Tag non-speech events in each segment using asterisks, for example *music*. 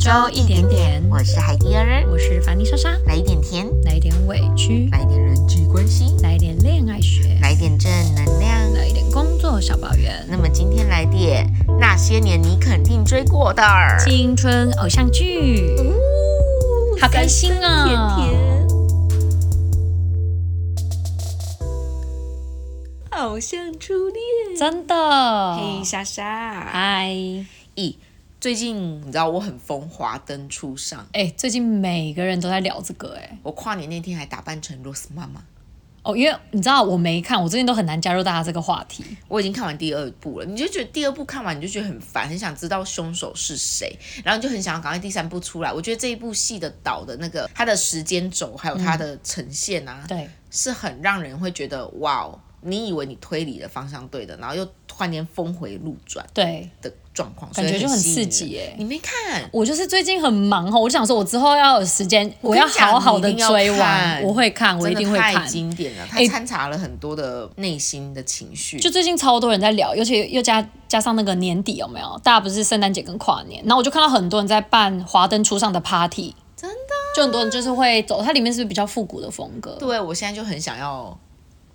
周一点点，我是海蒂儿，我是凡妮莎莎，来一点甜，来一点委屈，来一点人际关系，来一点恋爱学，来一点正能量。来一点工作小抱怨，那么今天来点那些年你肯定追过的，青春偶像剧，好开心哦！甜甜。好像初恋。真哦的，嘿，哎莎莎，嗨，咦，最近你知道我很疯华灯初上，哎，最近每个人都在聊这个，哎，我跨年那天还打扮成 Rose 妈妈。哦，因为你知道我没看，我最近都很难加入大家这个话题，我已经看完第二部了，你就觉得第二部看完你就觉得很烦，很想知道凶手是谁，然后你就很想要赶快第三部出来。我觉得这一部戏的导的那个它的时间轴还有它的呈现啊，对，是很让人会觉得哇哦，你以为你推理的方向对的，然后又突然间峰回路转对。的状况，感觉所以就很吸引刺人激耶你没看？我就是最近很忙哦，我就想说，我之后要有时间，我跟要你讲好好的你一定要追完，看我会看，我一真定的会太看。经典了，它哎掺杂了很多的内心的情绪。就最近超多人在聊，尤其又加加上那个年底有没有？大家不是圣诞节跟跨年，然后我就看到很多人在办华灯初上的 party，真的，就很多人就是会走，它里面是不是比较复古的风格？对我现在就很想要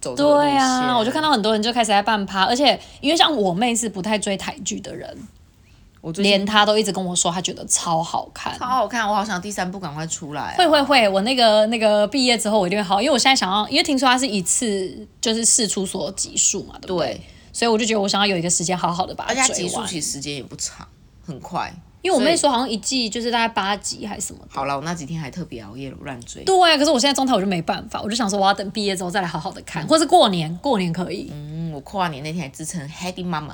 走这个对路啊，线我就看到很多人就开始在办趴，而且因为像我妹是不太追台剧的人，我最近连她都一直跟我说她觉得超好看。好好看，我好想第三部赶快出来、会会会，我那个那个毕业之后我一定会好，因为我现在想要，因为听说它是一次就是试出所有集数嘛，对不对？对，所以我就觉得我想要有一个时间好好的把而且它追集数完。其实时间也不长，很快。因为我所以妹说好像一季就是大概八集还是什么的。好了，我那几天还特别熬夜乱追。对啊，可是我现在状态我就没办法，我就想说我要等毕业之后再来好好的看，或是过年，过年可以。嗯，我跨年那天还自称 Heady 妈妈。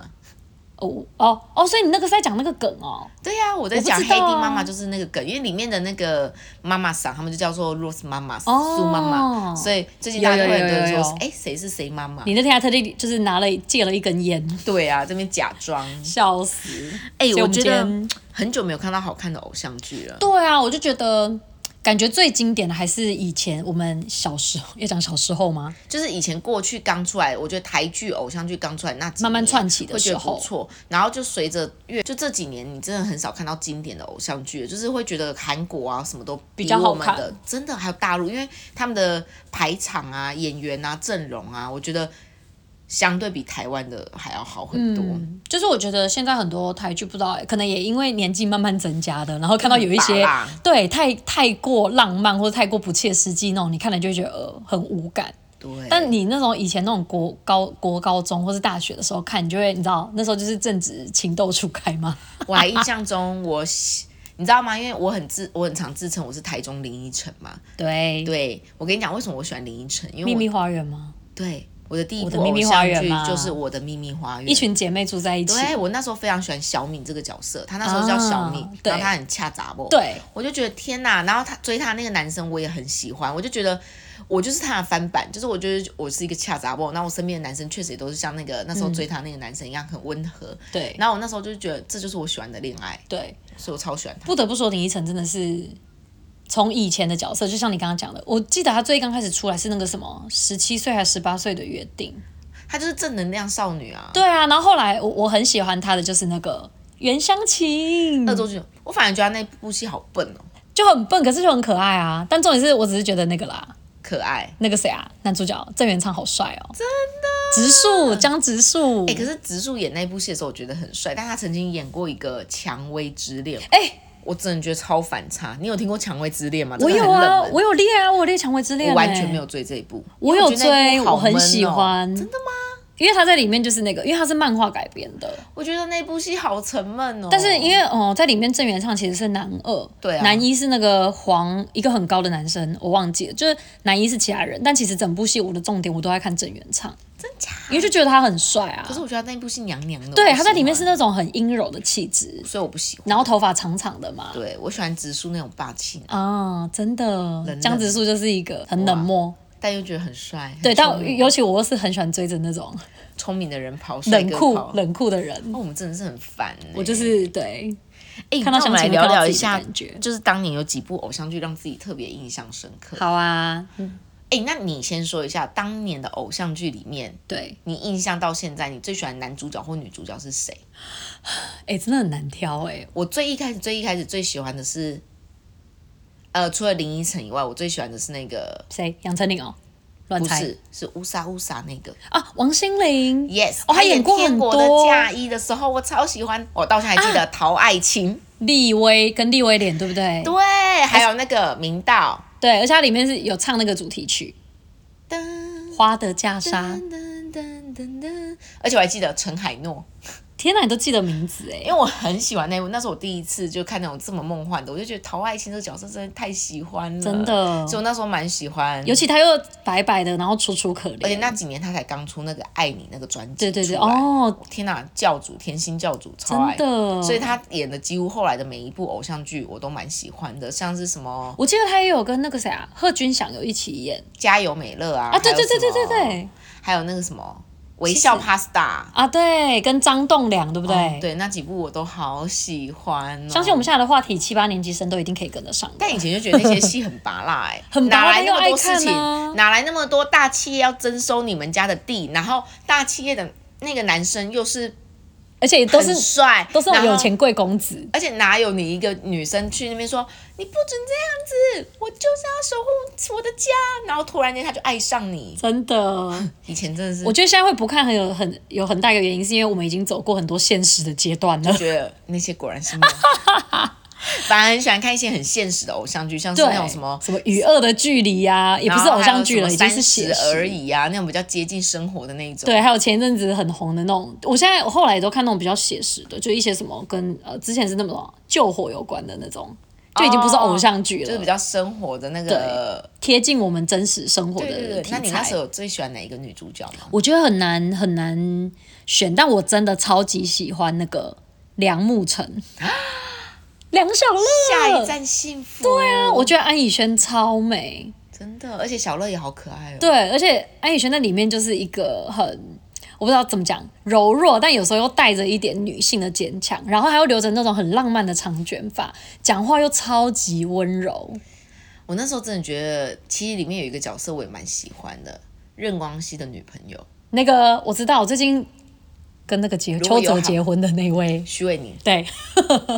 哦哦哦，所以你那个是在讲那个梗哦，对呀、我在我不讲知道 Heady 啊妈妈就是那个梗，因为里面的那个妈妈桑，他们就叫做 Rose 妈妈、哦苏妈妈，所以最近有大家都有会有有人有说有，哎，谁是谁妈妈？你那天还特地就是拿了借了一根烟，对啊，这边假装。笑死。哎、所以我们觉今得天很久没有看到好看的偶像剧了。对啊，我就觉得。感觉最经典的还是以前我们小时候，要讲小时候吗？就是以前过去刚出来，我觉得台剧、偶像剧刚出来那几年慢慢串起的会觉时得不候，错。然后就随着越就这几年，你真的很少看到经典的偶像剧了，就是会觉得韩国啊什么都比较好我们看的，真的还有大陆，因为他们的排场啊、演员啊、阵容啊，我觉得相对比台湾的还要好很多。嗯，就是我觉得现在很多台剧不知道欸，可能也因为年纪慢慢增加的，然后看到有一些很拔辣对太太过浪漫或者太过不切实际那种，你看了就会觉得呃很无感。对，但你那种以前那种国高国高中或是大学的时候看，你就会你知道那时候就是正值情窦初开嘛。我还印象中我喜。你知道吗？因为我很自，我很常自称我是台中林依晨嘛。对， *laughs* 对我跟你讲，为什么我喜欢林依晨？因为秘我密花园吗？对，我的第一我部的秘密偶花像园剧嘛就是《我的秘密花园》。一群姐妹住在一起，对我那时候非常喜欢小敏这个角色，她那时候叫小敏，啊对然后她很恰杂不？对我就觉得天哪！然后她追她那个男生我也很喜欢，我就觉得我就是她的翻版，就是我觉得我是一个恰杂不？那我身边的男生确实也都是像那个那时候追她那个男生一样很温和。嗯对然后我那时候就觉得这就是我喜欢的恋爱，对，所以我超喜欢她。不得不说林依晨真的是。从以前的角色，就像你刚刚讲的，我记得她最刚开始出来是那个什么十七岁还是十八岁的约定，她就是正能量少女啊。对啊，然后后来我我很喜欢他的就是那个袁湘琴，恶作剧，我反而觉得她那部戏好笨哦，就很笨，可是就很可爱啊。但重点是我只是觉得那个啦，可爱。那个谁啊，男主角郑元畅好帅哦，真的，植树江植树，哎、可是植树演那部戏的时候，我觉得很帅，但他曾经演过一个《蔷薇之恋》。哎我真的觉得超反差。你有听过《蔷薇之恋》吗？我这个有很冷啊，门我有列啊，我有列《蔷薇之恋、我完全没欸，有追这一部。我因有为觉得那一追，部好我很闷哦喜。欢，真的吗？因为他在里面就是那个，因为他是漫画改编的，我觉得那部戏好沉闷哦。但是因为为哦、在里面郑元畅其实是男二，对啊男一是那个黄一个很高的男生，我忘记了，就是男一是其他人，但其实整部戏我的重点我都在看郑元畅，真假，因为就觉得他很帅啊可，是我觉得那部戏娘娘的。我对，不他在里面是喜那种很阴柔的气质，欢，所以我不喜欢。然后头发长长的嘛，对我喜欢植树那种霸气，啊，真的，冷江直树就是一个很冷漠，但又觉得很帅。很对，聪但明尤其我又是很喜欢追着那种聪明的人跑，帅冷哥酷跑。冷酷的人，哦，我们真的是很烦欸、我就是对，哎、看到那我想们来起聊聊一自己的下感觉，就是当年有几部偶像剧让自己特别印象深刻。好啊，哎、哎，那你先说一下当年的偶像剧里面，对，你印象到现在你最喜欢男主角或女主角是谁？哎、真的很难挑哎、我最一开始最一开始最喜欢的是，呃，除了林依晨以外，我最喜欢的是那个谁？杨丞琳哦，乱不猜是是乌莎乌莎那个啊，王心凌，yes，哦，她演演《过天很国的多啊嫁衣》的时候，我超喜欢，我到现在还记得陶爱卿，立威跟立威脸对不对？对，还有那个明道，对，而且它里面是有唱那个主题曲噔《花的嫁纱》。噔噔噔噔噔，而且我还记得陈海诺，天哪，你都记得名字因为哎！我很喜欢那部，那是我第一次就看那种这么梦幻的，我就觉得陶爱卿这个角色真的太喜欢了，真的所以我那时候蛮喜欢，尤其他又白白的，然后楚楚可怜。而且那几年他才刚出那个《爱你》那个专辑，对对对，，哦，天哪，教主甜心教主超爱真，的。哦所以他演的几乎后来的每一部偶像剧我都蛮喜欢的，像是什么我记得他也有跟那个谁啊，贺军翔有一起演《加油美乐》啊，啊，对还有对对对什对么，对还有那个什么微笑 Pasta，啊，对，跟张栋梁对不对？哦。对，那几部我都好喜欢、哦。相信我们现在的话题，七八年级生都一定可以跟得上的。但以前就觉得那些戏很拔辣哎、 *laughs* 很拔哪辣来那么多事但情，又爱看啊哪来那么多大企业要征收你们家的地，然后大企业的那个男生又是而且都很是帅，都是那种然后有钱贵公子，而且哪有你一个女生去那边说你不准这样子，我就是要守护我的家，然后突然间他就爱上你。真的。以前真的是， *laughs* 我觉得现在会不看很有很有很大一个原因，是因为我们已经走过很多现实的阶段了就。觉得那些果然是梦。 *laughs* 反而很喜欢看一些很现实的偶像剧，像是对，那种什么。什么与恶的距离呀、也不是偶像剧了，已经是写写实而。已啊，那种比较接近生活的那一种。对，还有前一阵子很红的那种，我现在我后来也都看那种比较写实的，就一些什么跟呃之前是那种救火有关的那种，就已经不是偶像剧哦就了，是比较生活的那个。贴近我们真实生活对对的对，题那你那材。时候有最喜欢哪一个女主角吗？我觉得很难很难选，但我真的超级喜欢那个梁慕 *gasps* 晨、梁小乐。下一站幸福。对啊，啊，我觉得安以轩超美。真的，而且小乐也好可爱哦。对，而且安以轩在里面就是一个很，我不知道怎么讲，柔弱，但有时候又带着一点女性的坚强，然后还又留着那种很浪漫的长卷发，讲话又超级温柔。我那时候真的觉得，其实里面有一个角色我也蛮喜欢的，任光熙的女朋友那个我知道，我最近跟那个结如果邱有好泽结婚的那位，徐伟宁，对， *laughs*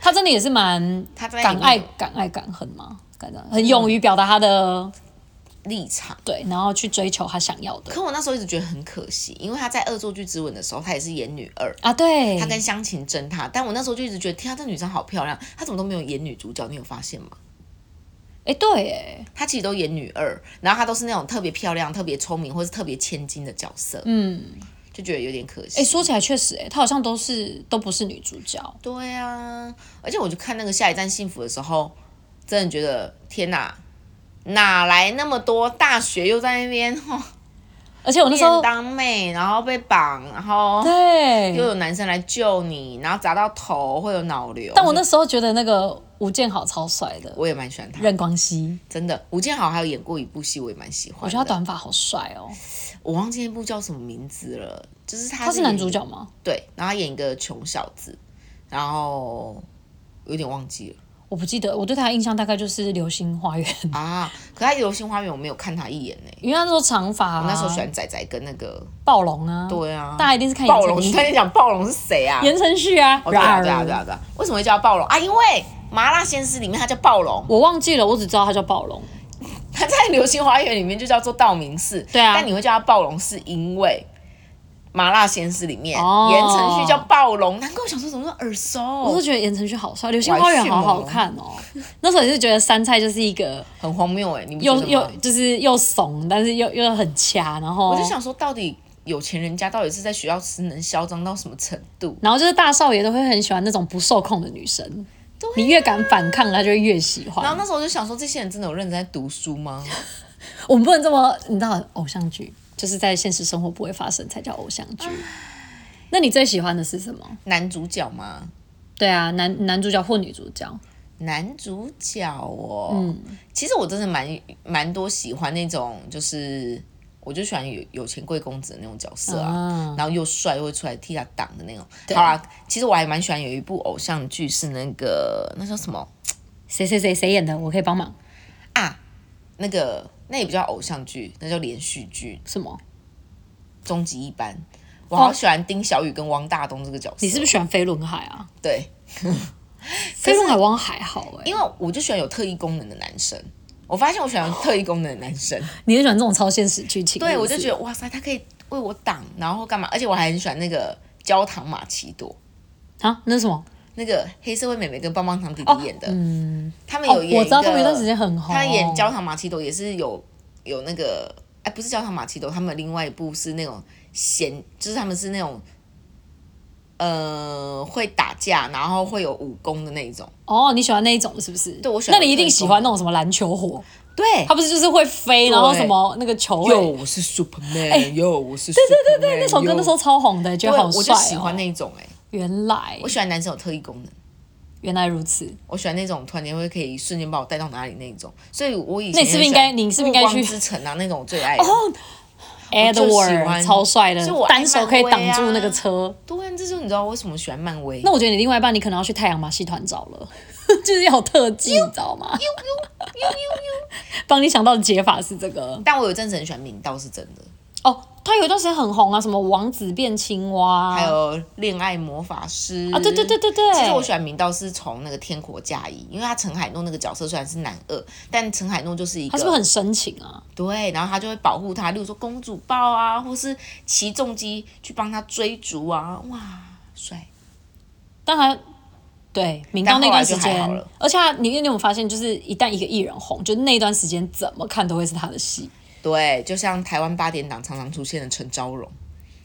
他真的也是蛮她在里敢面爱敢爱敢恨嘛，敢爱很勇于表达他嗯的立场。对，然后去追求他想要的可我那时候一直觉得很可惜，因为她在《恶作剧之吻》的时候，她也是演女二，啊，对，她跟湘琴争她，但我那时候就一直觉得，天啊，这女生好漂亮，她怎么都没有演女主角，你有发现吗？哎对哎，她其实都演女二，然后她都是那种特别漂亮、特别聪明或是特别千金的角色，嗯。就觉得有点可惜。哎、说起来确实、欸，哎，她好像都是都不是女主角，对啊，而且我就看那个《下一站幸福》的时候，真的觉得天哪，哪来那么多大学又在那边 *laughs* 哦，而且我那时便候当妹，然后被绑，然后又对，有男生来救你，然后砸到头会有脑瘤。但我那时候觉得那个吴建豪超帅的，我也蛮喜欢他，任光熙，真的。吴建豪还有演过一部戏，我也蛮喜欢的。我觉得他短发好帅哦。我忘记那部叫什么名字了，就是他他是男主角。角吗？对，然后他演一个穷小子，然后有点忘记了我不记得，我对他的印象大概就是《流星花园》，啊。可他《流星花园》我没有看他一眼呢、因为他那时候长发、啊，我那时候喜欢仔仔跟那个，暴龙啊，对啊，大家一定是看言暴龙。承你旭刚，才讲暴龙是谁啊？言承旭啊，哦，对啊，对啊，然对啊，对啊。为什么会叫他暴龙啊？因为《麻辣鲜师》里面他叫暴龙，我忘记了，我只知道他叫暴龙，他在《流星花园》里面就叫做道明寺。对啊但你会叫他暴龙是因为。麻辣鲜师里面，哦言承旭叫暴龙，难怪我想说怎么那么耳熟。我是觉得言承旭好帅，《流星花园》好好看哦。那时候也是觉得杉菜就是一个很荒谬哎、你们觉又得吗又？就是又怂，但是又又很掐，然后我就想说，到底有钱人家到底是在学校吃能嚣张到什么程度？然后就是大少爷都会很喜欢那种不受控的女生，你越敢反抗，他就会越喜啊然后欢。那时候我就想说，这些人真的有认真在读书 *laughs* 吗？我们不能这么，你知道，偶像剧就是在现实生活不会发生才叫偶像剧。那你最喜欢的是什么？男主角吗？对啊，男男主角或女主角，男主角哦，嗯其实我真的蛮蛮多喜欢那种，就是我就喜欢有有钱贵公子的那种角色啊，啊然后又帅又会出来替他挡的那种。对好啦，其实我还蛮喜欢有一部偶像剧是那个那叫什么谁谁谁谁演的？我可以帮忙。啊？那个那也不叫偶像剧，那叫连续剧，什么？ 《终极一班》。我好喜欢丁小雨跟汪大东这个角色。哦你是不是喜欢飞轮海啊？对，飞轮海汪还好哎、因为我就喜欢有特异功能的男生。我发现我喜欢有特异功能的男生， *laughs* 你很喜欢这种超现实剧情，对我就觉得得哇塞，他可以为我挡，然后干嘛？而且我还很喜欢那个焦糖玛奇朵，啊，那是什么？那个黑社会妹妹跟棒棒糖弟弟演的，嗯，他们哦，有演一个、我知道他们有一段时间很红，他演焦糖玛奇朵也是有有那个，哎，不是焦糖玛奇朵，他们另外一部是那种闲，就是他们是那种，呃，会打架，然后会有武功的那一种。哦，你喜欢那一种是不是？对我喜欢那你一定喜欢那种什么篮球火，对，它不是就是会飞，然后什么那个球会，我是 Superman，哟、我是 Superman，对对对对，那首歌那时候超红的、觉得好帅、哦。我就喜欢那一种、哎，原来我喜欢男生有特异功能，原来如此，我喜欢那种突然间会可以瞬间把我带到哪里那一种，所以我以前那你是不是应该你是不是应该去暮光之城啊那种我最爱的哦就喜欢，Edward 超帅的所以我，爱单手可以漫挡威住那啊个车。对啊，这就是你知道为什么喜欢漫威？那我觉得你另外一半你可能要去太阳马戏团找了， *laughs* 就是要有特技，你知道吗？帮你想到的解法是这个但我有一阵子很喜欢明道，是真的。哦，他有一段时间很红啊，什么王子变青蛙，还有《恋爱魔法师》啊，对对对。对对，其实我喜欢明道是从那个《天国嫁衣》，因为他陈海诺那个角色虽然是男二，但陈海诺就是一个他是不是很深情啊？对，然后他就会保护他，例如说公主抱啊，或是骑重机去帮他追逐啊，哇，帅！但他对明但道那后来段就时还好间了，而且他你你有没有发现，就是一旦一个艺人红，就那段时间怎么看都会是他的戏对，就像台湾八点档常常出现的陈昭荣，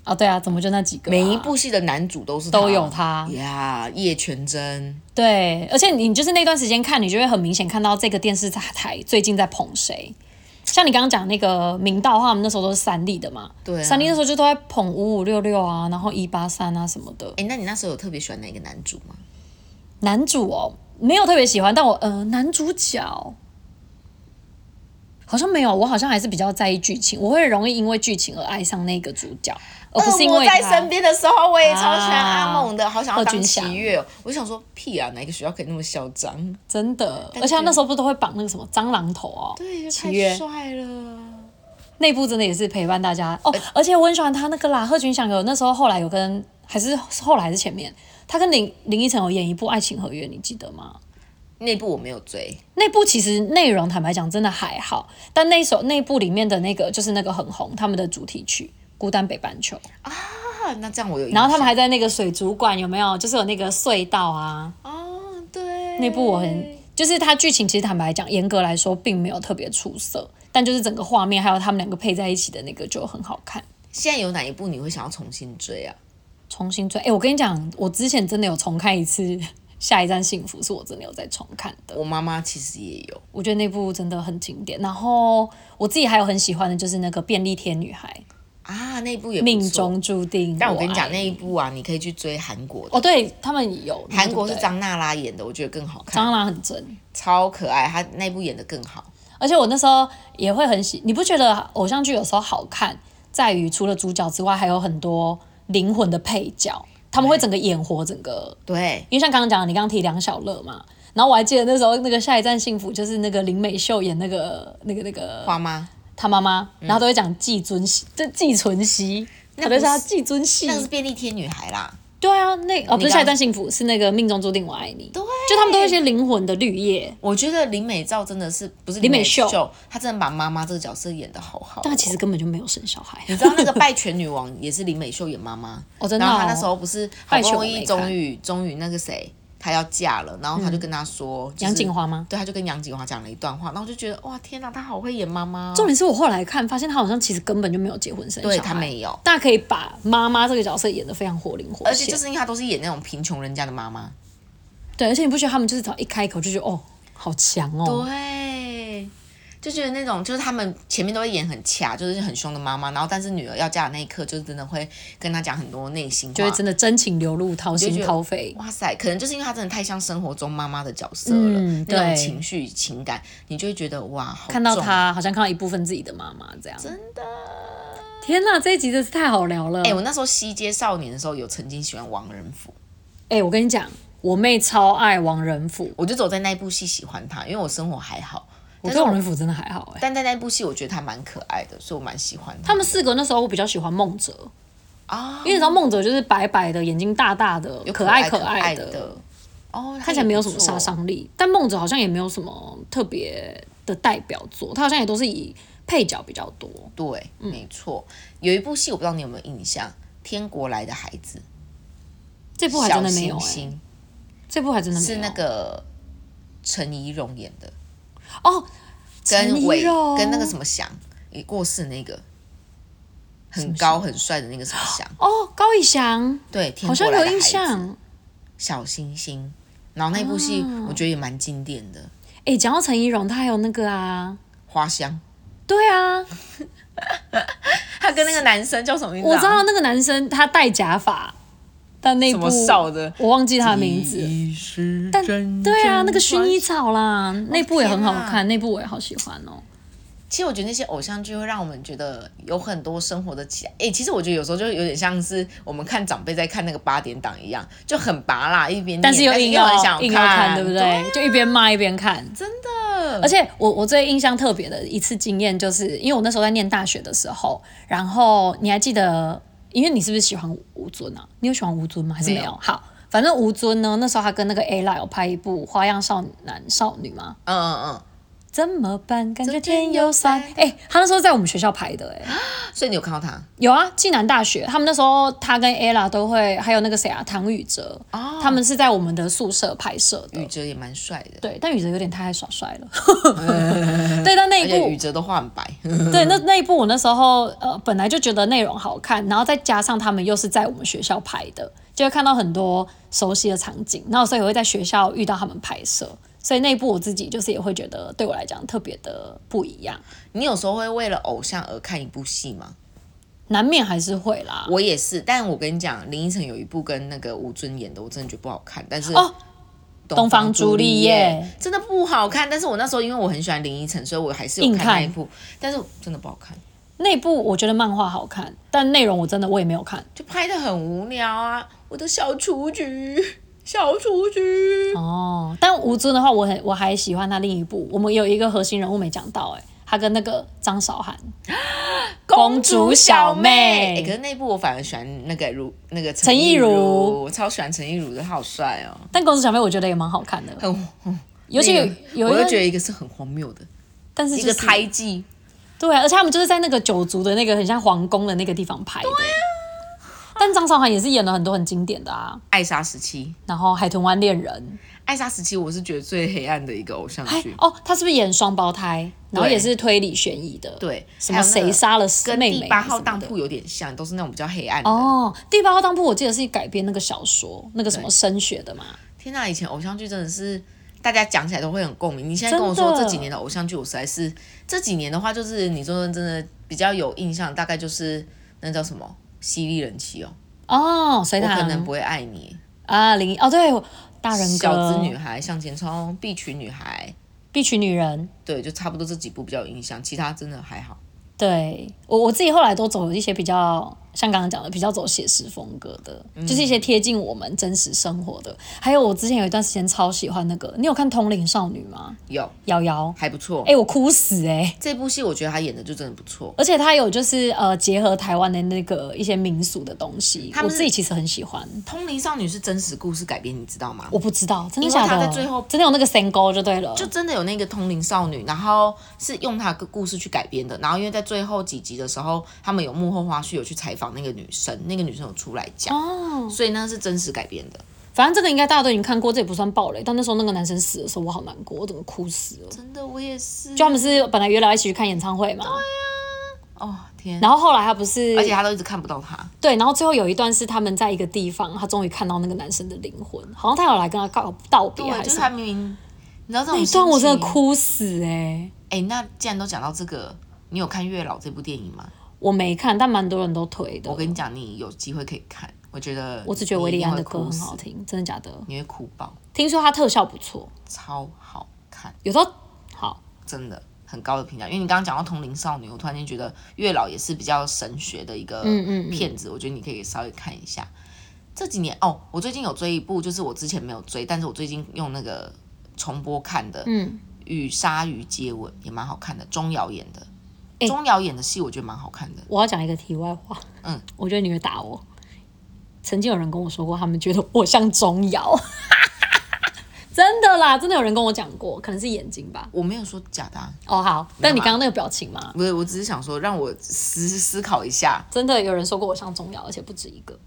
啊。对啊，怎么就那几个啊、每一部戏的男主都是都有他呀叶全真，对，而且你就是那段时间看，你就会很明显看到这个电视台最近在捧谁。像你刚刚讲那个明道的话，他们那时候都是三立的嘛，对啊三立那时候就都在捧五五六六啊，然后一八三啊什么的。哎，那你那时候有特别喜欢哪一个男主吗？男主哦，没有特别喜欢，但我呃，男主角好像没有，我好像还是比较在意剧情，我会容易因为剧情而爱上那个主角，而哦不是因恶魔嗯为哎在他身边的时候，我也超喜欢阿啊猛的，好想要贺当军翔齐月哦。我想说，屁啊，哪个学校可以那么嚣张？真的，但而且他是那时候不是都会绑那个什么蟑螂头哦，对，契太约帅了。内部真的也是陪伴大家哦，而且我很喜欢他那个啦，贺军翔有那时候后来有跟还是是后来还是前面，他跟林林依晨有演一部《爱情合约》，你记得吗？那部我没有追，那部其实内容坦白讲真的还好，但那首那部里面的那个就是那个很红他们的主题曲《孤单北半球》，啊，那这样我有印象。然后他们还在那个水族馆有没有？就是有那个隧道啊，哦，对，那部我很就是它剧情其实坦白讲，严格来说并没有特别出色，但就是整个画面还有他们两个配在一起的那个就很好看。现在有哪一部你会想要重新追啊？重新追。哎、我跟你讲，我之前真的有重看一次《下一站幸福》，是我真的有在重看的。我妈妈其实也有，我觉得那部真的很经典。然后我自己还有很喜欢的就是那个《便利贴女孩啊，那一部也》，不命错。中注定。但我跟你讲，爱那一部啊，你可以去追韩国的，哦，对他们有韩国是张张娜拉演的，我觉得更好看，蟑螂很真。超可爱，她那部演的更好。而且我那时候也会很喜，你不觉得偶像剧有时候好看在于除了主角之外，还有很多灵魂的配角，他们会整个演活整个对，因为像刚刚讲的，你刚刚提梁小乐嘛，然后我还记得那时候那个《下一站幸福》就是那个林美秀演那个那个那个花妈，她妈妈，然后都会讲季尊熙，这季存熙，那她就不是她是季尊熙那。个是便利贴女孩啦。对啊，那哦不你刚是《下一站幸福》，是那个命中注定我爱你。对就他们都有一些灵魂的绿叶，我觉得林美照真的是不是林美美秀她真的把妈妈这个角色演的好好哦。但她其实根本就没有生小孩。你知道那个《拜权女王》也是林美秀演妈妈， *laughs* 哦真的然后她哦那时候不是好不容易拜权我没嗯终于终于那个谁，她要嫁了，然后她就跟她说，就是杨锦华吗？对，她就跟杨锦华讲了一段话，然后我就觉得哇天哪，她好会演妈妈哦。重点是我后来看发现，她好像其实根本就没有结婚生小孩。对她没有，大家可以把妈妈这个角色演得非常活灵活现，而且就是因为她都是演那种贫穷人家的妈妈，对，而且你不觉得他们就是只要一开口就觉得哦，好强哦，对。就觉得那种，就是他们前面都会演很掐，就是很凶的妈妈，然后但是女儿要嫁的那一刻，就是真的会跟她讲很多内心话，就会真的真情流露、掏就心觉得掏肺。哇塞，可能就是因为她真的太像生活中妈妈的角色了，嗯那种对情绪情感，你就会觉得哇，好看到重。啊她好像看到一部分自己的妈妈这样。真的，天哪，这一集真是太好聊了。哎、哎、我那时候西街少年的时候，有曾经喜欢王仁甫，哎我跟你讲，我妹超爱王仁甫，我就走在那一部戏喜欢他，因为我生活还好，我但对是我王仁甫真的还好哎、但在那部戏，我觉得他蛮可爱的，所以我蛮喜欢他们四个那时候我比较喜欢孟哲，啊，因为你知道孟哲就是白白的，眼睛大大的，有爱爱可爱的，哦，看起来没有什么杀杀伤。伤力。但孟子好像也没有什么特别的代表作，他好像也都是以配角比较多。对，嗯没错。有一部戏我不知道你有没有印象，《天国来的孩子》，这部还真小的没星有、欸，星这部还真的没有。哎是那个陈怡蓉演的，哦，陈跟怡韦蓉跟那个什么翔，也过世那个，很高很帅的那个什么 *gasps* 翔，哦，高以翔对，天好像国来有的印孩子象。小星星。然后那部戏啊我觉得也蛮经典的，哎、讲到陈怡蓉，她还有那个啊，花香》。对啊，他跟那个男生叫什么名字啊？我知道那个男生他戴假发，但那什部么少的，我忘记他的名字。字但对啊，那个薰衣衣。草啦，那部也很好天啊看，那部我也好喜欢哦。其实我觉得那些偶像剧会让我们觉得有很多生活的期待。诶，其实我觉得有时候就有点像是我们看长辈在看那个八点档一样，就很拔啦，一边念但是又硬要很想硬要看，对不对？对？就一边骂一边看，真的。而且我我最印象特别的一次经验，就是因为我那时候在念大学的时候，然后你还记得，因为你是不是喜欢吴尊啊？你有喜欢吴尊吗？还是没有？没有好，反正吴尊呢，那时候他跟那个 ella 有拍一部《花样少男少女》嘛，嗯嗯怎么办？感觉昨天天又又酸。哎、他那时候在我们学校拍的、哎。嗯，所以你有看到他有啊，暨南大学，他们那时候他跟 ella 都会，还有那个谁啊，唐禹哲，哦他们是在我们的宿舍拍摄的宇。哲也蛮帅的，对，但禹哲有点太爱耍帅了。 *laughs* 对，但那而一哎且宇部，哲都画很白，对那那一部，我那时候呃本来就觉得内容好看，然后再加上他们又是在我们学校拍的，就会看到很多熟悉的场景，然后所以我会在学校遇到他们拍摄，所以那一部我自己就是也会觉得对我来讲特别的不一样，你有时候会为了偶像而看一部戏吗？难免还是会啦。我也是，但我跟你讲，林依晨有一部跟那个吴尊演的，我真的觉得不好看。但是哦，东方朱丽叶》真的不好看。但是我那时候因为我很喜欢林依晨，所以我还是有硬看看那一部，但是真的不好看，那部我觉得漫画好看，但内容我真的我也没有看。就拍的很无聊啊！我的小雏菊， *laughs* 小雏菊， *laughs* 哦，但吴尊的话，我很我还喜欢他另一部，我们有一个核心人物没讲到、哎，他跟那个张韶 *gasps* 涵，公主小妹哎、可是那一部我反而喜欢那个如那个陈亦如，儒我超喜欢陈亦如的，她好帅哦，但公主小妹我觉得也蛮好看的，很。很尤其有有我一又觉个，得一个是很荒谬的，但是、一就个是、猜忌，对啊，而且他们就是在那个九族的那个很像皇宫的那个地方拍的。啊但张韶涵也是演了很多很经典的啊，艾莎时期，然后《海豚湾恋人艾莎时期我是觉得最黑暗的一个偶像》哎剧，哦，她是不是演双胞胎？然后对也是推理悬疑的，，对，什还么有那个谁杀了跟妹第妹八还是什号么当的铺有点像，都是那种比较黑暗的。哦，第八号当铺我记得是改编那个小说，那个什么升学的嘛，天哪，以前偶像剧真的是大家讲起来都会很共鸣。你现在跟我真说的这几年的偶像剧，我实在是这几年的话，就是你说真的比较有印象，大概就是那叫什么《犀利人妻》哦，哦，隋我唐可能不会爱你，啊，零一哦，对，我大人哥，小资女孩向前冲，必娶女孩，必娶女人。对，就差不多这几部比较有印象，其他真的还好。对我我自己后来都走一些比较像刚刚讲的比较走写实风格的，嗯就是一些贴近我们真实生活的。还有我之前有一段时间超喜欢那个，你有看《通灵少女》吗？有瑶瑶，还不错，哎、我哭死哎、这部戏我觉得他演的就真的不错。而且它有就是呃结合台湾的那个一些民俗的东西，他我们是自己其实很喜欢。通灵少女是真实故事改编，你知道吗？我不知道，真因的为假的？他在最后真的有那个神沟就对了，就真的有那个通灵少女，然后是用她的故事去改编的。然后因为在最后几集的时候，他们有幕后花絮，有去采访那个女生，那个女生有出来讲，哦。所以那是真实改编的，反正这个应该大家都已经看过，这也不算暴雷。但那时候那个男生死的时候，我好难过，我怎么哭死了？真的我也是就他们是本来约了一起去看演唱会嘛，啊哦天，然后后来他不是，而且他都一直看不到她，对，然后最后有一段是他们在一个地方，他终于看到那个男生的灵魂，好像他有来跟他告道别对，还就是是什他么。明明，你知道这种那一心段我真的情。哭死哎、欸！哎、那既然都讲到这个，你有看《月老》这部电影吗？我没看，但蛮多人都推的。我跟你讲，你有机会可以看，我觉得哦我只觉得你一维利定安会的歌哭很死好，听，真的假的？你会哭爆，听说他特效不错，超好看。有时候好真的很高的评价。因为你刚刚讲到同龄少女，我突然间觉得月老也是比较神学的一个嗯嗯呃嗯片子，我觉得你可以稍微看一下。这几年哦，我最近有追一部，就是我之前没有追，但是我最近用那个重播看的《嗯与鲨鱼接吻》，也蛮好看的，钟瑶演的。哎钟瑶演的戏我觉得蛮好看的，我要讲一个题外话，嗯，我觉得你会打我。曾经有人跟我说过，他们觉得我像钟瑶， *laughs* 真的啦，真的有人跟我讲过，可能是眼睛吧。我没有说假的、啊，哦，好，但你刚刚那个表情嘛，不是，我只是想说让我思思考一下。真的有人说过我像钟瑶，而且不止一个。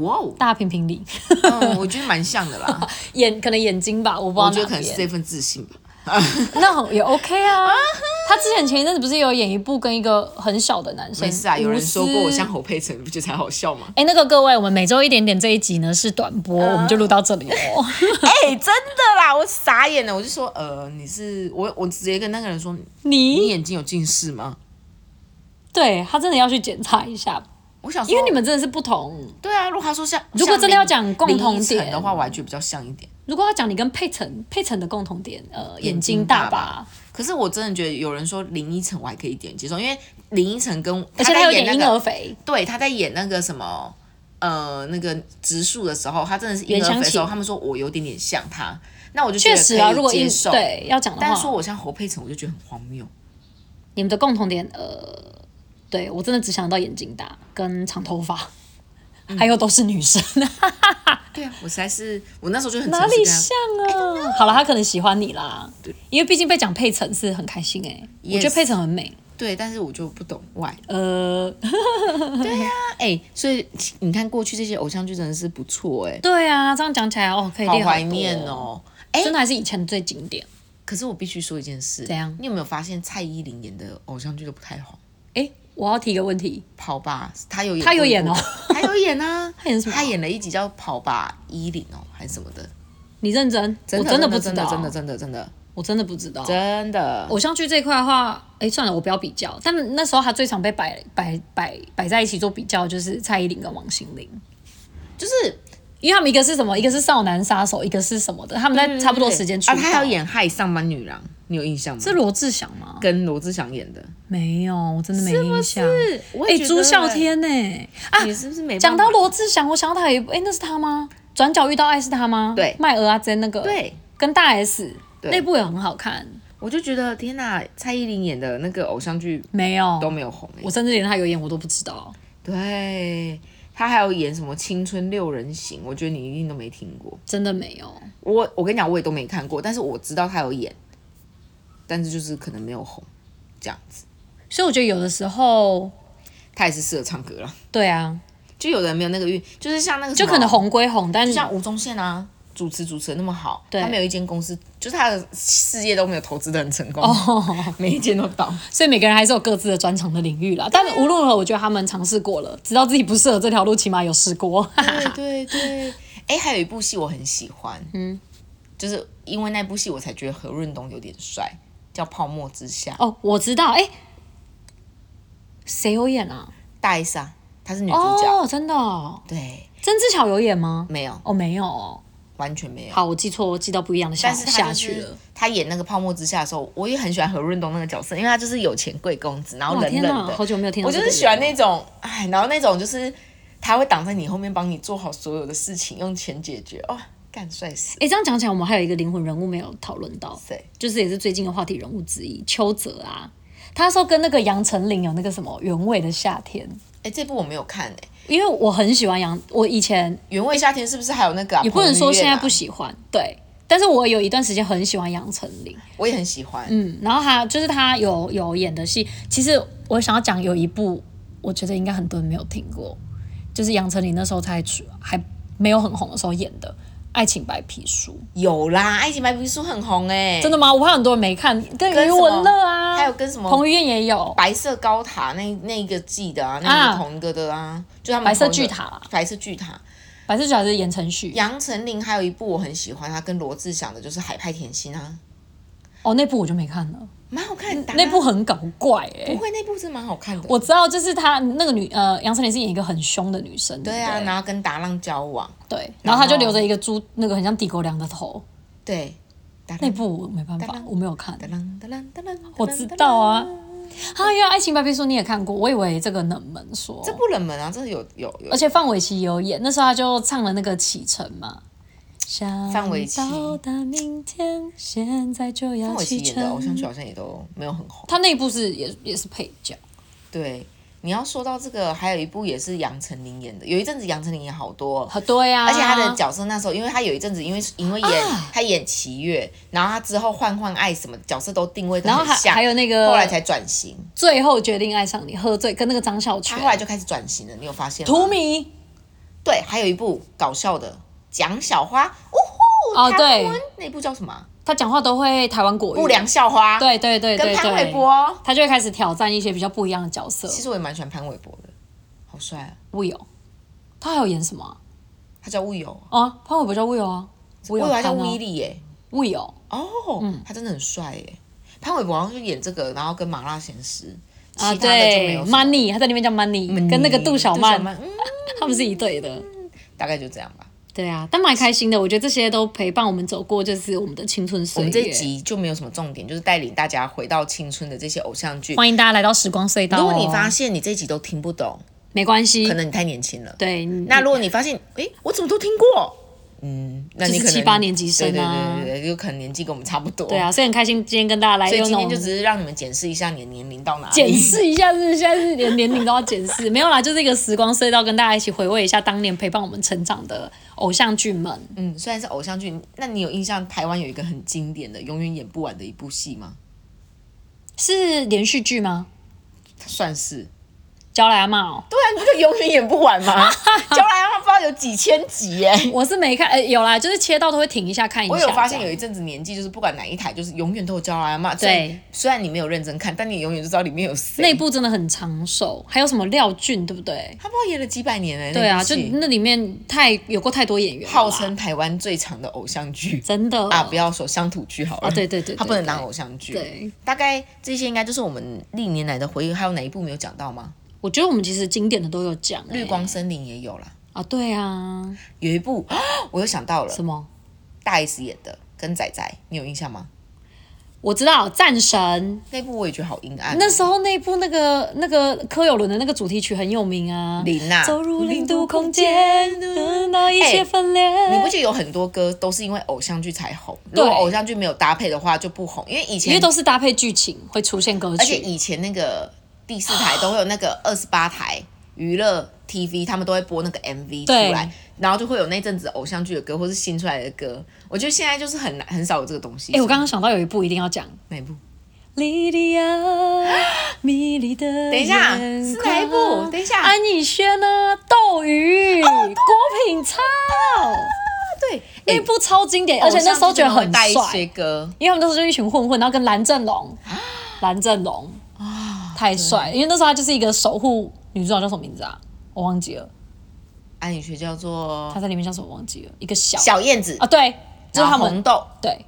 哇哦，大家评评理， *laughs* 嗯，我觉得蛮像的啦，眼可能眼睛吧， *laughs* 我不知道我觉得哪可能是边。这份自信吧。 *laughs* 那也 OK *laughs* 啊。他之前前一阵子不是有演一部跟一个很小的男生，没事啊，有人说过无我私像侯佩岑，你不觉得才好笑吗？哎、那个各位，我们每周一点点这一集呢是短播，啊我们就录到这里 *laughs* 哦。哎、真的啦，我傻眼了，我就说，呃，你是我，我直接跟那个人说，你你眼睛有近视吗？对他真的要去检查一下，我想说，因为你们真的是不同。对啊，如果他说像，如果像真的要林讲共林同依晨点的话，我还觉得比较像一点。如果要讲你跟佩岑，佩岑的共同点，呃，眼睛睛大嗯大吧吧，可是我真的觉得有人说林依晨，我还可以一点接受，因为林依晨跟而且她他有演点那婴个儿肥。对，他在演那个什么，呃，那个植树的时候，他真的是婴袁儿肥湘的时候，琴他们说我有点点像他，那我就觉得确实啊，可以如果接婴受，对要讲的但是说话，我像侯佩岑，我就觉得很荒谬。你们的共同点，呃，对我真的只想到眼睛大跟长头发，嗯还有都是 *laughs* 女生，对啊，我实在是，我那时候就很哪诚实里跟他像啊？好了，他可能喜欢你啦，因为毕竟被讲佩岑是很开心哎、我觉得 Yes 佩岑很美，对，但是我就不懂 why。呃，那哎、所以你看过去这些偶像剧真的是不错哎、对啊，这样讲起来哦，可以好练怀念哦。哎、真的还是以前最经典。可是我必须说一件事，怎样你有没有发现蔡依林演的偶像剧都不太红？哎，我要提一个问题，跑吧，她有演，她有演哦，她有演啊， *laughs* 她演什么她演了一集叫《跑吧一零》哦，还是什么的，你认真？真我的真的不知真的道，真的真的真的我真的不知道。真的，偶像剧这一块的话，哎，算了，我不要比较。但那时候他最常被摆摆摆摆在一起做比较，就是蔡依林跟王心凌，就是因为他们一个是什么，一个是少男杀手，一个是什么的，他们在差不多时间出啊，道。她还有演《嗨上班女郎》，你有印象吗？是罗志祥吗？跟罗志祥演的，没有，我真的没印象。是我也哎，觉得哎朱孝天呢？啊，你是不是没办法讲到罗志祥，我想到他有一部，哎、那是他吗？转角遇到爱是他吗？对卖鹅啊珍那个，对，跟大 S 对那部也很好看。我就觉得天哪，蔡依林演的那个偶像剧没有，都没有红哎、我甚至连他有演我都不知道。对。她还有演什么《青春六人行》，我觉得你一定都没听过。真的没有，我我跟你讲，我也都没看过，但是我知道她有演，但是就是可能没有红，这样子。所以我觉得有的时候，她也是适合唱歌啦，对啊，就有的人没有那个运，就是像那个就什么可能，红归红，但就像吴宗宪啊，主持主持的那么好，对他没有一间公司，就是他的事业都没有投资的很成功，哦， *laughs* 每一间都倒。所以每个人还是有各自的专长的领域啦。但啊无论如何，我觉得他们尝试过了，知道自己不适合这条路，起码有试过。对对对，哎、还有一部戏我很喜欢，嗯嗯，就是因为那部戏我才觉得何润东有点帅，叫《泡沫之夏》， *laughs* 哦，我知道，哎、谁有演啊？大 S 啊，她是女主角，哦，真的、哦，对，曾之乔有演吗？没有，哦，没有哦。完全没有。好，我记错，我记到不一样的下但是他下就去是了。他演那个《泡沫之夏》的时候，我也很喜欢何润东那个角色，因为他就是有钱贵公子，然后哇，冷天冷的，好久没有听到我这就个人了。是喜欢那种，哎，然后那种就是他会挡在你后面，帮你做好所有的事情，用钱解决，哇、干帅死！哎，这样讲起来，我们还有一个灵魂人物没有讨论到，谁？就是也是最近的话题人物之一，邱泽啊。他说跟那个杨丞琳有那个什么原味的夏天，哎，这部我没有看哎、因为我很喜欢杨，我以前原味夏天是不是还有那个、啊？也不能说现在不行，喜欢，对。但是我有一段时间很喜欢杨丞琳，我也很喜欢。嗯，然后他就是他有有演的戏，其实我想要讲有一部，我觉得应该很多人没有听过，就是杨丞琳那时候才出还没有很红的时候演的《爱情白皮书》，有啦，《爱情白皮书》很红哎、真的吗？我怕很多人没看，跟跟余什么文乐啊，还有跟什么彭于晏也有，白色高塔那那一个季的啊，那啊个同一个的啊，就他们白色同一个巨塔啊啦白色巨塔。白色巨塔是言承旭，杨丞琳还有一部我很喜欢，她跟罗志祥的就是《海派甜心》啊，哦，那部我就没看了，蛮好看的、啊。那部很搞怪哎、不会，那部是蛮好看的。我知道，就是他那个女呃，杨丞琳是演一个很凶的女生，对不啊，对然后跟达浪交往，对，然后他就然后留着一个猪，那个很像地狗粮的头，对，达那浪部我没办法，我没有看达。浪达浪达浪，我知道啊。啊，原来《爱情白皮书》你也看过，我以为这个冷门说，这不冷门啊，这是有有有而且范玮琪也有演，那时候他就唱了那个《启程》嘛，想范玮琪到达明天，现在就要范玮琪启演的偶像剧程。好像也都没有很红。他那一部是也也是配角，对，你要说到这个，还有一部也是杨丞琳演的，有一阵子杨丞琳演好多哦、啊对啊，而且她的角色那时候，因为她有一阵子，因为因为演啊她、演齐月，然后她之后换换爱什么角色都定位的然后很还像，还有那个后来才转型，最后决定爱上你，喝醉跟那个张孝她全，后来就开始转型了，你有发现吗？荼蘼对，还有一部搞笑的蒋小花，哦呼，哦唐对文那部叫什么啊？他讲话都会台湾国语，不良校花，，对对对对跟潘玮对，柏。他就会开始挑战一些比较不一样的角色。其实我也蛮喜欢潘玮柏的，好帅啊！ Will，他还有演什么啊？他叫魏友，啊，潘玮柏叫 Will 啊我以为他叫威威利利耶。 Will，哦，嗯他真的很帅耶。潘玮柏好像就演这个，然后跟麻辣鲜师，啊，其他的就没对有什么。 ，Money，他在里面叫 Money，跟那个杜小曼，嗯，他们是一对的。大概就这样吧。对啊，但蛮开心的。我觉得这些都陪伴我们走过，就是我们的青春我岁月。们这一集就没有什么重点，就是带领大家回到青春的这些偶像剧。欢迎大家来到时光隧道、哦。如果你发现你这一集都听不懂，没关系可，能你太年轻了。对，你那如果你发现，诶，我怎么都听过？嗯，那你就可是能七八年级生对啊对对对对，有可能年纪跟我们差不多。对，啊，所以很开心今天跟大家来哦所以用今那天种就只是让你们检视一下你的年龄到哪里。检视一下，是不是现在是连年龄都要检 *laughs* 视，没有啦，就是一个时光隧道，跟大家一起回味一下当年陪伴我们成长的偶像剧们。嗯，虽然是偶像剧，那你有印象台湾有一个很经典的、永远演不完的一部戏吗？是连续剧吗？算是。娇来阿嬷哦，对啊，你不就永远演不完 *laughs* 吗？将来他们不知道有几千集耶。我是没看，呃，有啦，就是切到都会停一下看一下。我有发现这有样一阵子年纪，就是不管哪一台，就是永远都有叫阿妈。对虽然，虽然你没有认真看，但你永远就知道里面有谁。那部真的很长寿，还有什么廖俊，对不对？他不知道演了几百年哎。对啊，那部就戏那里面太有过太多演员了号啦，称台湾最长的偶像剧真的啊，不要说乡土剧好了。啊，对对对，它不能当拿我。偶像剧。对，大概这些应该就是我们历年来的回忆。还有哪一部没有讲到吗？我觉得我们其实经典的都有讲、哎绿光森林也有啦。啊，对啊，有一部， *gasps* 我又想到了，什么？大 S 演的，跟仔仔，你有印象吗？我知道战神，那部我也觉得好阴暗哦、那时候那部那个那个柯有伦的那个主题曲很有名啊，林娜嗯走入零度空间，等到一切分裂。哎你不觉得有很多歌都是因为偶像剧才红？如对果偶像剧没有搭配的话，就不红。因为以因为前，都是搭配剧情会出现歌而且曲，以前那个第四台都会有那个二十八台娱乐 TV，他们都会播那个 MV 对出来，然后就会有那阵子偶像剧的歌或是新出来的歌。我觉得现在就是很难很少有这个东西。哎、我刚刚想到有一部一定要讲《哪一部？莉莉亚 *gasps* 迷离的等一下眼是哪一部眶等一下哦安以轩啊，斗鱼，郭品超，啊对，那部超经典，而且那时候觉得很带一帅些，歌，因为他们那时候就一群混混，然后跟蓝 *gasps* 正龙，蓝正龙啊太帅，因为那时候他就是一个守护女主角叫什么名字啊？我忘记了，安以啊学叫做他在里面叫什么我忘记了，一个小小燕子啊，对，就是然他后红们豆对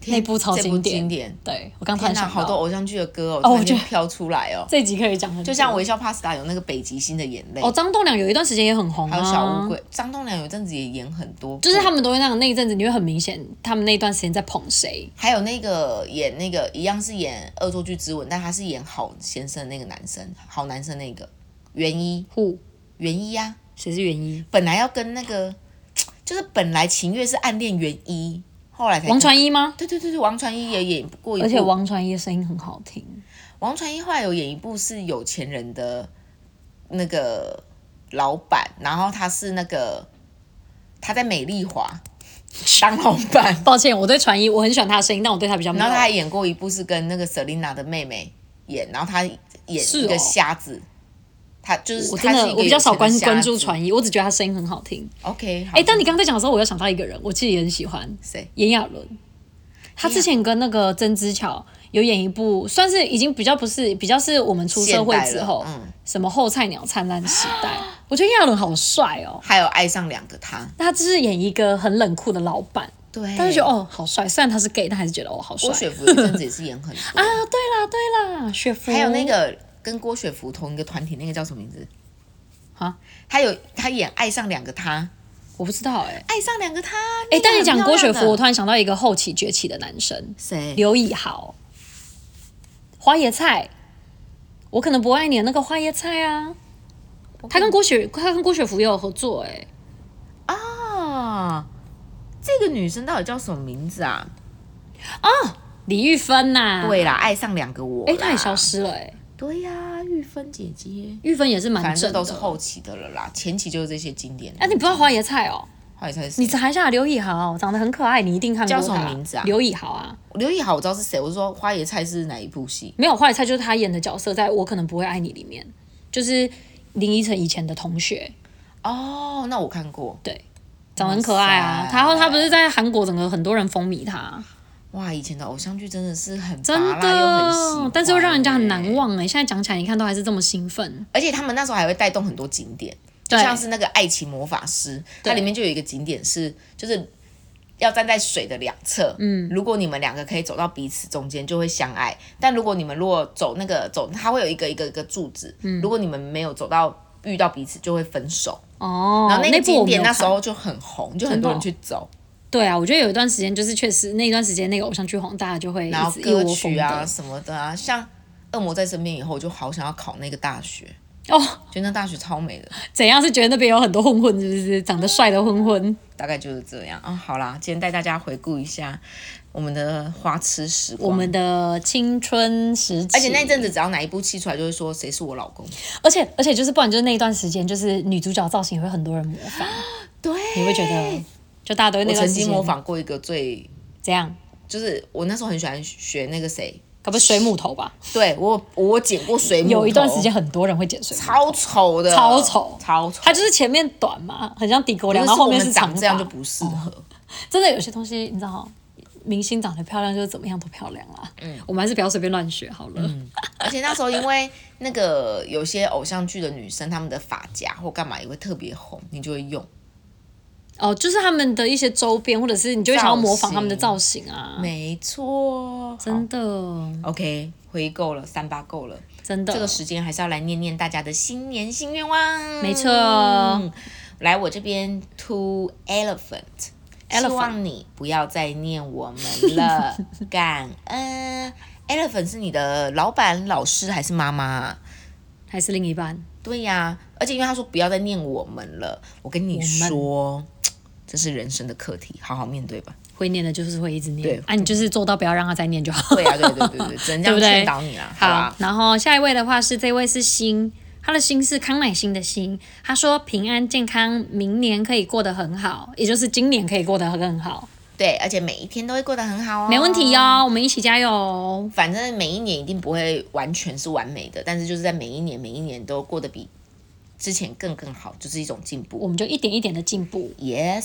天那部超这部经典，经典对我刚突天然哪，想好多到，偶像剧的歌哦，哦突我然觉间得飘出来哦。这集可以讲很多，就像《微笑 Pasta》有那个北极星的眼泪，哦，张栋梁有一段时间也很红还有啊，小乌龟，张栋梁有一阵子也演很多部，就是他们都会那样，那一阵子你会很明显，他们那一段时间在捧谁，还有那个演那个一样是演《恶作剧之吻》，但他是演好先生那个男生，好男生那个袁一， who 袁一啊，谁是原因？本来要跟那个就是本来秦月是暗恋袁一，后来才王传一吗？对对对对，王传一也演过一部，而且王传一的声音很好 *laughs* 听，王传一后来有演一部是有钱人的那个老板，然后他是那个他在美丽华当老板，抱歉，我对传一我很喜欢他的声音，但我对他比较没然有后他还演过一部是跟那个 Selina 的妹妹演，然后他演是哦一个瞎子，他就是我他真是的一个我比较少关有钱的瞎关注子传一，我只觉得他声音很好听。 OK 好嗯哎、当你刚刚在讲的时候，我又想到一个人，我自己也很喜欢谁？炎亚纶，他之前跟那个曾之乔有演一部，算是已经比较不是比较是我们出社会现代了之后，嗯什么后菜鸟灿烂时代，我觉得炎亚纶好帅哦。还有爱上两个他，那他就是演一个很冷酷的老板，对，但是觉得哦好帅，虽然他是 gay，但还是觉得哦好帅哎郭雪芙有一阵子也是演很多，啊！哦对啦对啦，雪芙还有那个跟郭雪芙同一个团体那个叫什么名字？啊，他有他演爱上两个他。我不知道哎、爱上两个他。哎、那个但你很讲漂郭雪亮芙，我的突然想到一个后期崛起的男生，谁？刘以豪，花椰菜，我可能不爱你的那个花椰菜啊。他跟郭雪，他跟郭雪芙也有合作哎、啊，这个女生到底叫什么名字啊？李玉芬呐、对啦，爱上两个我啦。啊哎、她也消失了哎、对呀、玉芬姐姐，玉芬也是蛮反正正的都是后期的了啦，前期就是这些经典。啊，你不知道花椰菜哦？后来才是你查一下刘以豪，长得很可爱，你一定看过叫他。什么名字啊刘以豪啊，刘以豪，我知道是谁。我是说花椰菜是哪一部戏？没有花椰菜就是他演的角色，在我可能不会爱你里面，就是林依晨以前的同学，哦，那我看过。对，长得很可爱啊哇。塞然后他不是在韩国整个很多人风靡他，哇，以前的偶像剧真的是很真拔辣又很喜的欢，但是又让人家很欸难忘哎、现在讲起来，你看都还是这么兴奋。而且他们那时候还会带动很多景点，就对像是那个《爱情魔法师》，它对里面就有一个景点是，就是要站在水的两侧，嗯，如果你们两个可以走到彼此中间，就会相爱；但如果你们如果走那个走，它会有一个一个一个柱子，嗯，如果你们没有走到。遇到彼此就会分手，哦，然后那个那部景我没点有那时看哦候就很红，就很多人去走，对啊，我觉得有一段时间就是确实那一段时间那个偶像剧红，大家就会然一后直一歌窝蜂曲的、啊什么的啊，像《恶魔在身边》以后，我就好想要考那个大学，哦，觉得那大学超美的。怎样是觉得那边有很多混混，是不是长得帅的混 *laughs* 混？大概就是这样啊、好啦，今天带大家回顾一下我们的花痴时光。我们的青春时期，而且那一阵子，只要哪一部戏出来，就会说谁是我老公。而且而且就是不然就是那一段时间，就是女主角造型也会很多人模 *gasps* 仿，对，你会觉得就大家都会我那曾段时经间模仿过一个最，怎样？就是我那时候很喜欢学那个谁，搞不是水母头吧？对我我剪过水母头，有一段时间很多人会剪水母头，超丑的，超丑超丑。它就是前面短嘛，很像地沟就粮，是然后后我面们是长长这样发就不适合。真的有些东西你知道，明星长得漂亮就是怎么样都漂亮啦。嗯，我们还是不要随便乱学好了。而且那时候因为那个有些偶像剧的女生，她们的发夹或干嘛也会特别红，你就会用。哦，就是他们的一些周边，或者是你就会想要模仿他们的造型啊。没错，真的， OK，回购了，三八够了。真的，这个时间还是要来念念大家的新年新愿望。没错来我这边 to elephant。希 Elephant 望你不要再念我们 *laughs* 了，感恩。Elephant 是你的老板、老师还是妈妈啊？还是另一半。对呀、而且因为他说不要再念我们了，我跟你说，这是人生的课题，好好面对吧。会念的就是会一直念，对啊，你就是做到不要让他再念就好。对呀、对对对对，只能这 *laughs* 对样不对劝导你啦，好啊吧？然后下一位的话是这位是星，他的星是康乃馨的星。他说平安健康，明年可以过得很好，也就是今年可以过得很好，对，而且每一天都会过得很好哦，没问题哟、我们一起加油哦。反正每一年一定不会完全是完美的，但是就是在每一年每一年都过得比之前更更好，就是一种进我步。们就一点一点的进步。 Yes，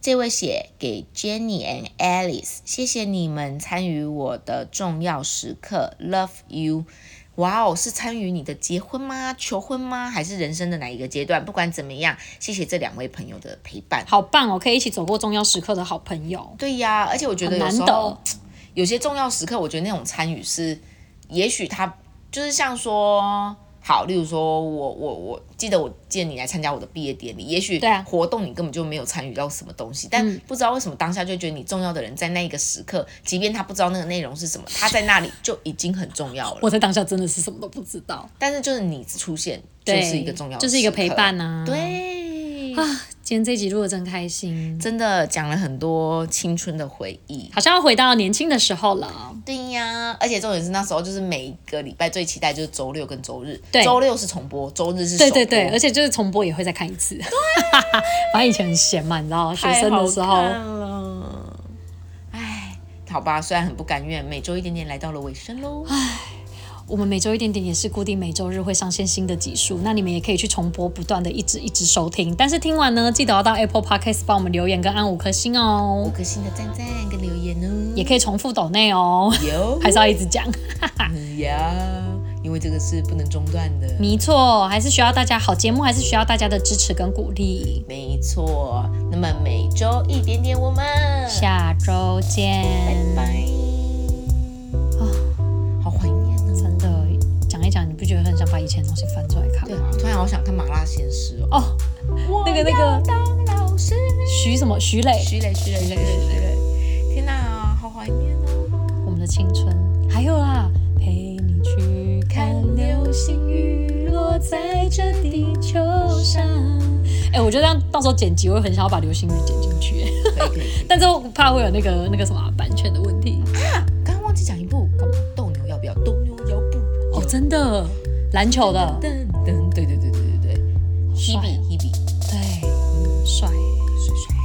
这位写给 Jenny and Alice，谢谢你们参与我的重要时刻，Love you。哇哦，是参与你的结婚吗？求婚吗？还是人生的哪一个阶段？不管怎么样，谢谢这两位朋友的陪伴。好棒哦，可以一起走过重要时刻的好朋友，对呀、而且我觉得很有难时候得。哦有些重要时刻，我觉得那种参与是，也许他就是像说，好，例如说我我我记得我见你来参加我的毕业典礼，也许对啊活动你根本就没有参与到什么东西，但不知道为什么当下就觉得你重要的人在那一个时刻，即便他不知道那个内容是什么，他在那里就已经很重要了。我在当下真的是什么都不知道，但是就是你出现就对，是一个重要的时刻，就是一个陪伴啊。对，啊，今天这集录的真开心，真的讲了很多青春的回忆。好像要回到年轻的时候了。对呀，而且重点是那时候就是每一个礼拜最期待就是周六跟周日，对周六是重播，周日是对首播对对，而且就是重播也会再看一次。 *laughs* 对，反正以前很闲嘛，你知道，学生的时候，唉，好吧，虽然很不甘愿，每周一点点来到了尾声喽。啊我们每周一点点也是固定每周日会上线新的集数，那你们也可以去重播，不断的一直一直收听。但是听完呢，记得要到 Apple Podcast 帮我们留言跟按五颗星五哦，颗星的赞赞跟留言哦，也可以重复抖内哦，有哎还是要一直讲。 *laughs* 呀，因为这个是不能中断的。没错，还是需要大家好节目，还是需要大家的支持跟鼓励。没错，那么每周一点点，我们下周见，拜拜。啊好怀念哦。真的讲一讲，你不觉得很想把以前的东西翻出来看对啊吗？，突然好想看《麻辣鲜师》 *laughs* 哦。哦，那个那个当老师。徐什么徐磊，徐磊，徐磊，徐磊，徐磊，天哪，好怀念哦！我们的青春，还有啊啦，陪你去看流星雨落在这地球上。哎、哎、我觉得这样到时候剪辑，我会很想要把流星雨剪进 *laughs* 去、哎可以可以。但是我怕会有那个那个什么版权的问题。刚刚忘记讲一部，干嘛？斗牛要不要？斗牛要不要哦，真的，篮球的，噔噔，对对对对对对帅哦，Hebe Hebe，嗯对，帅帅。帅。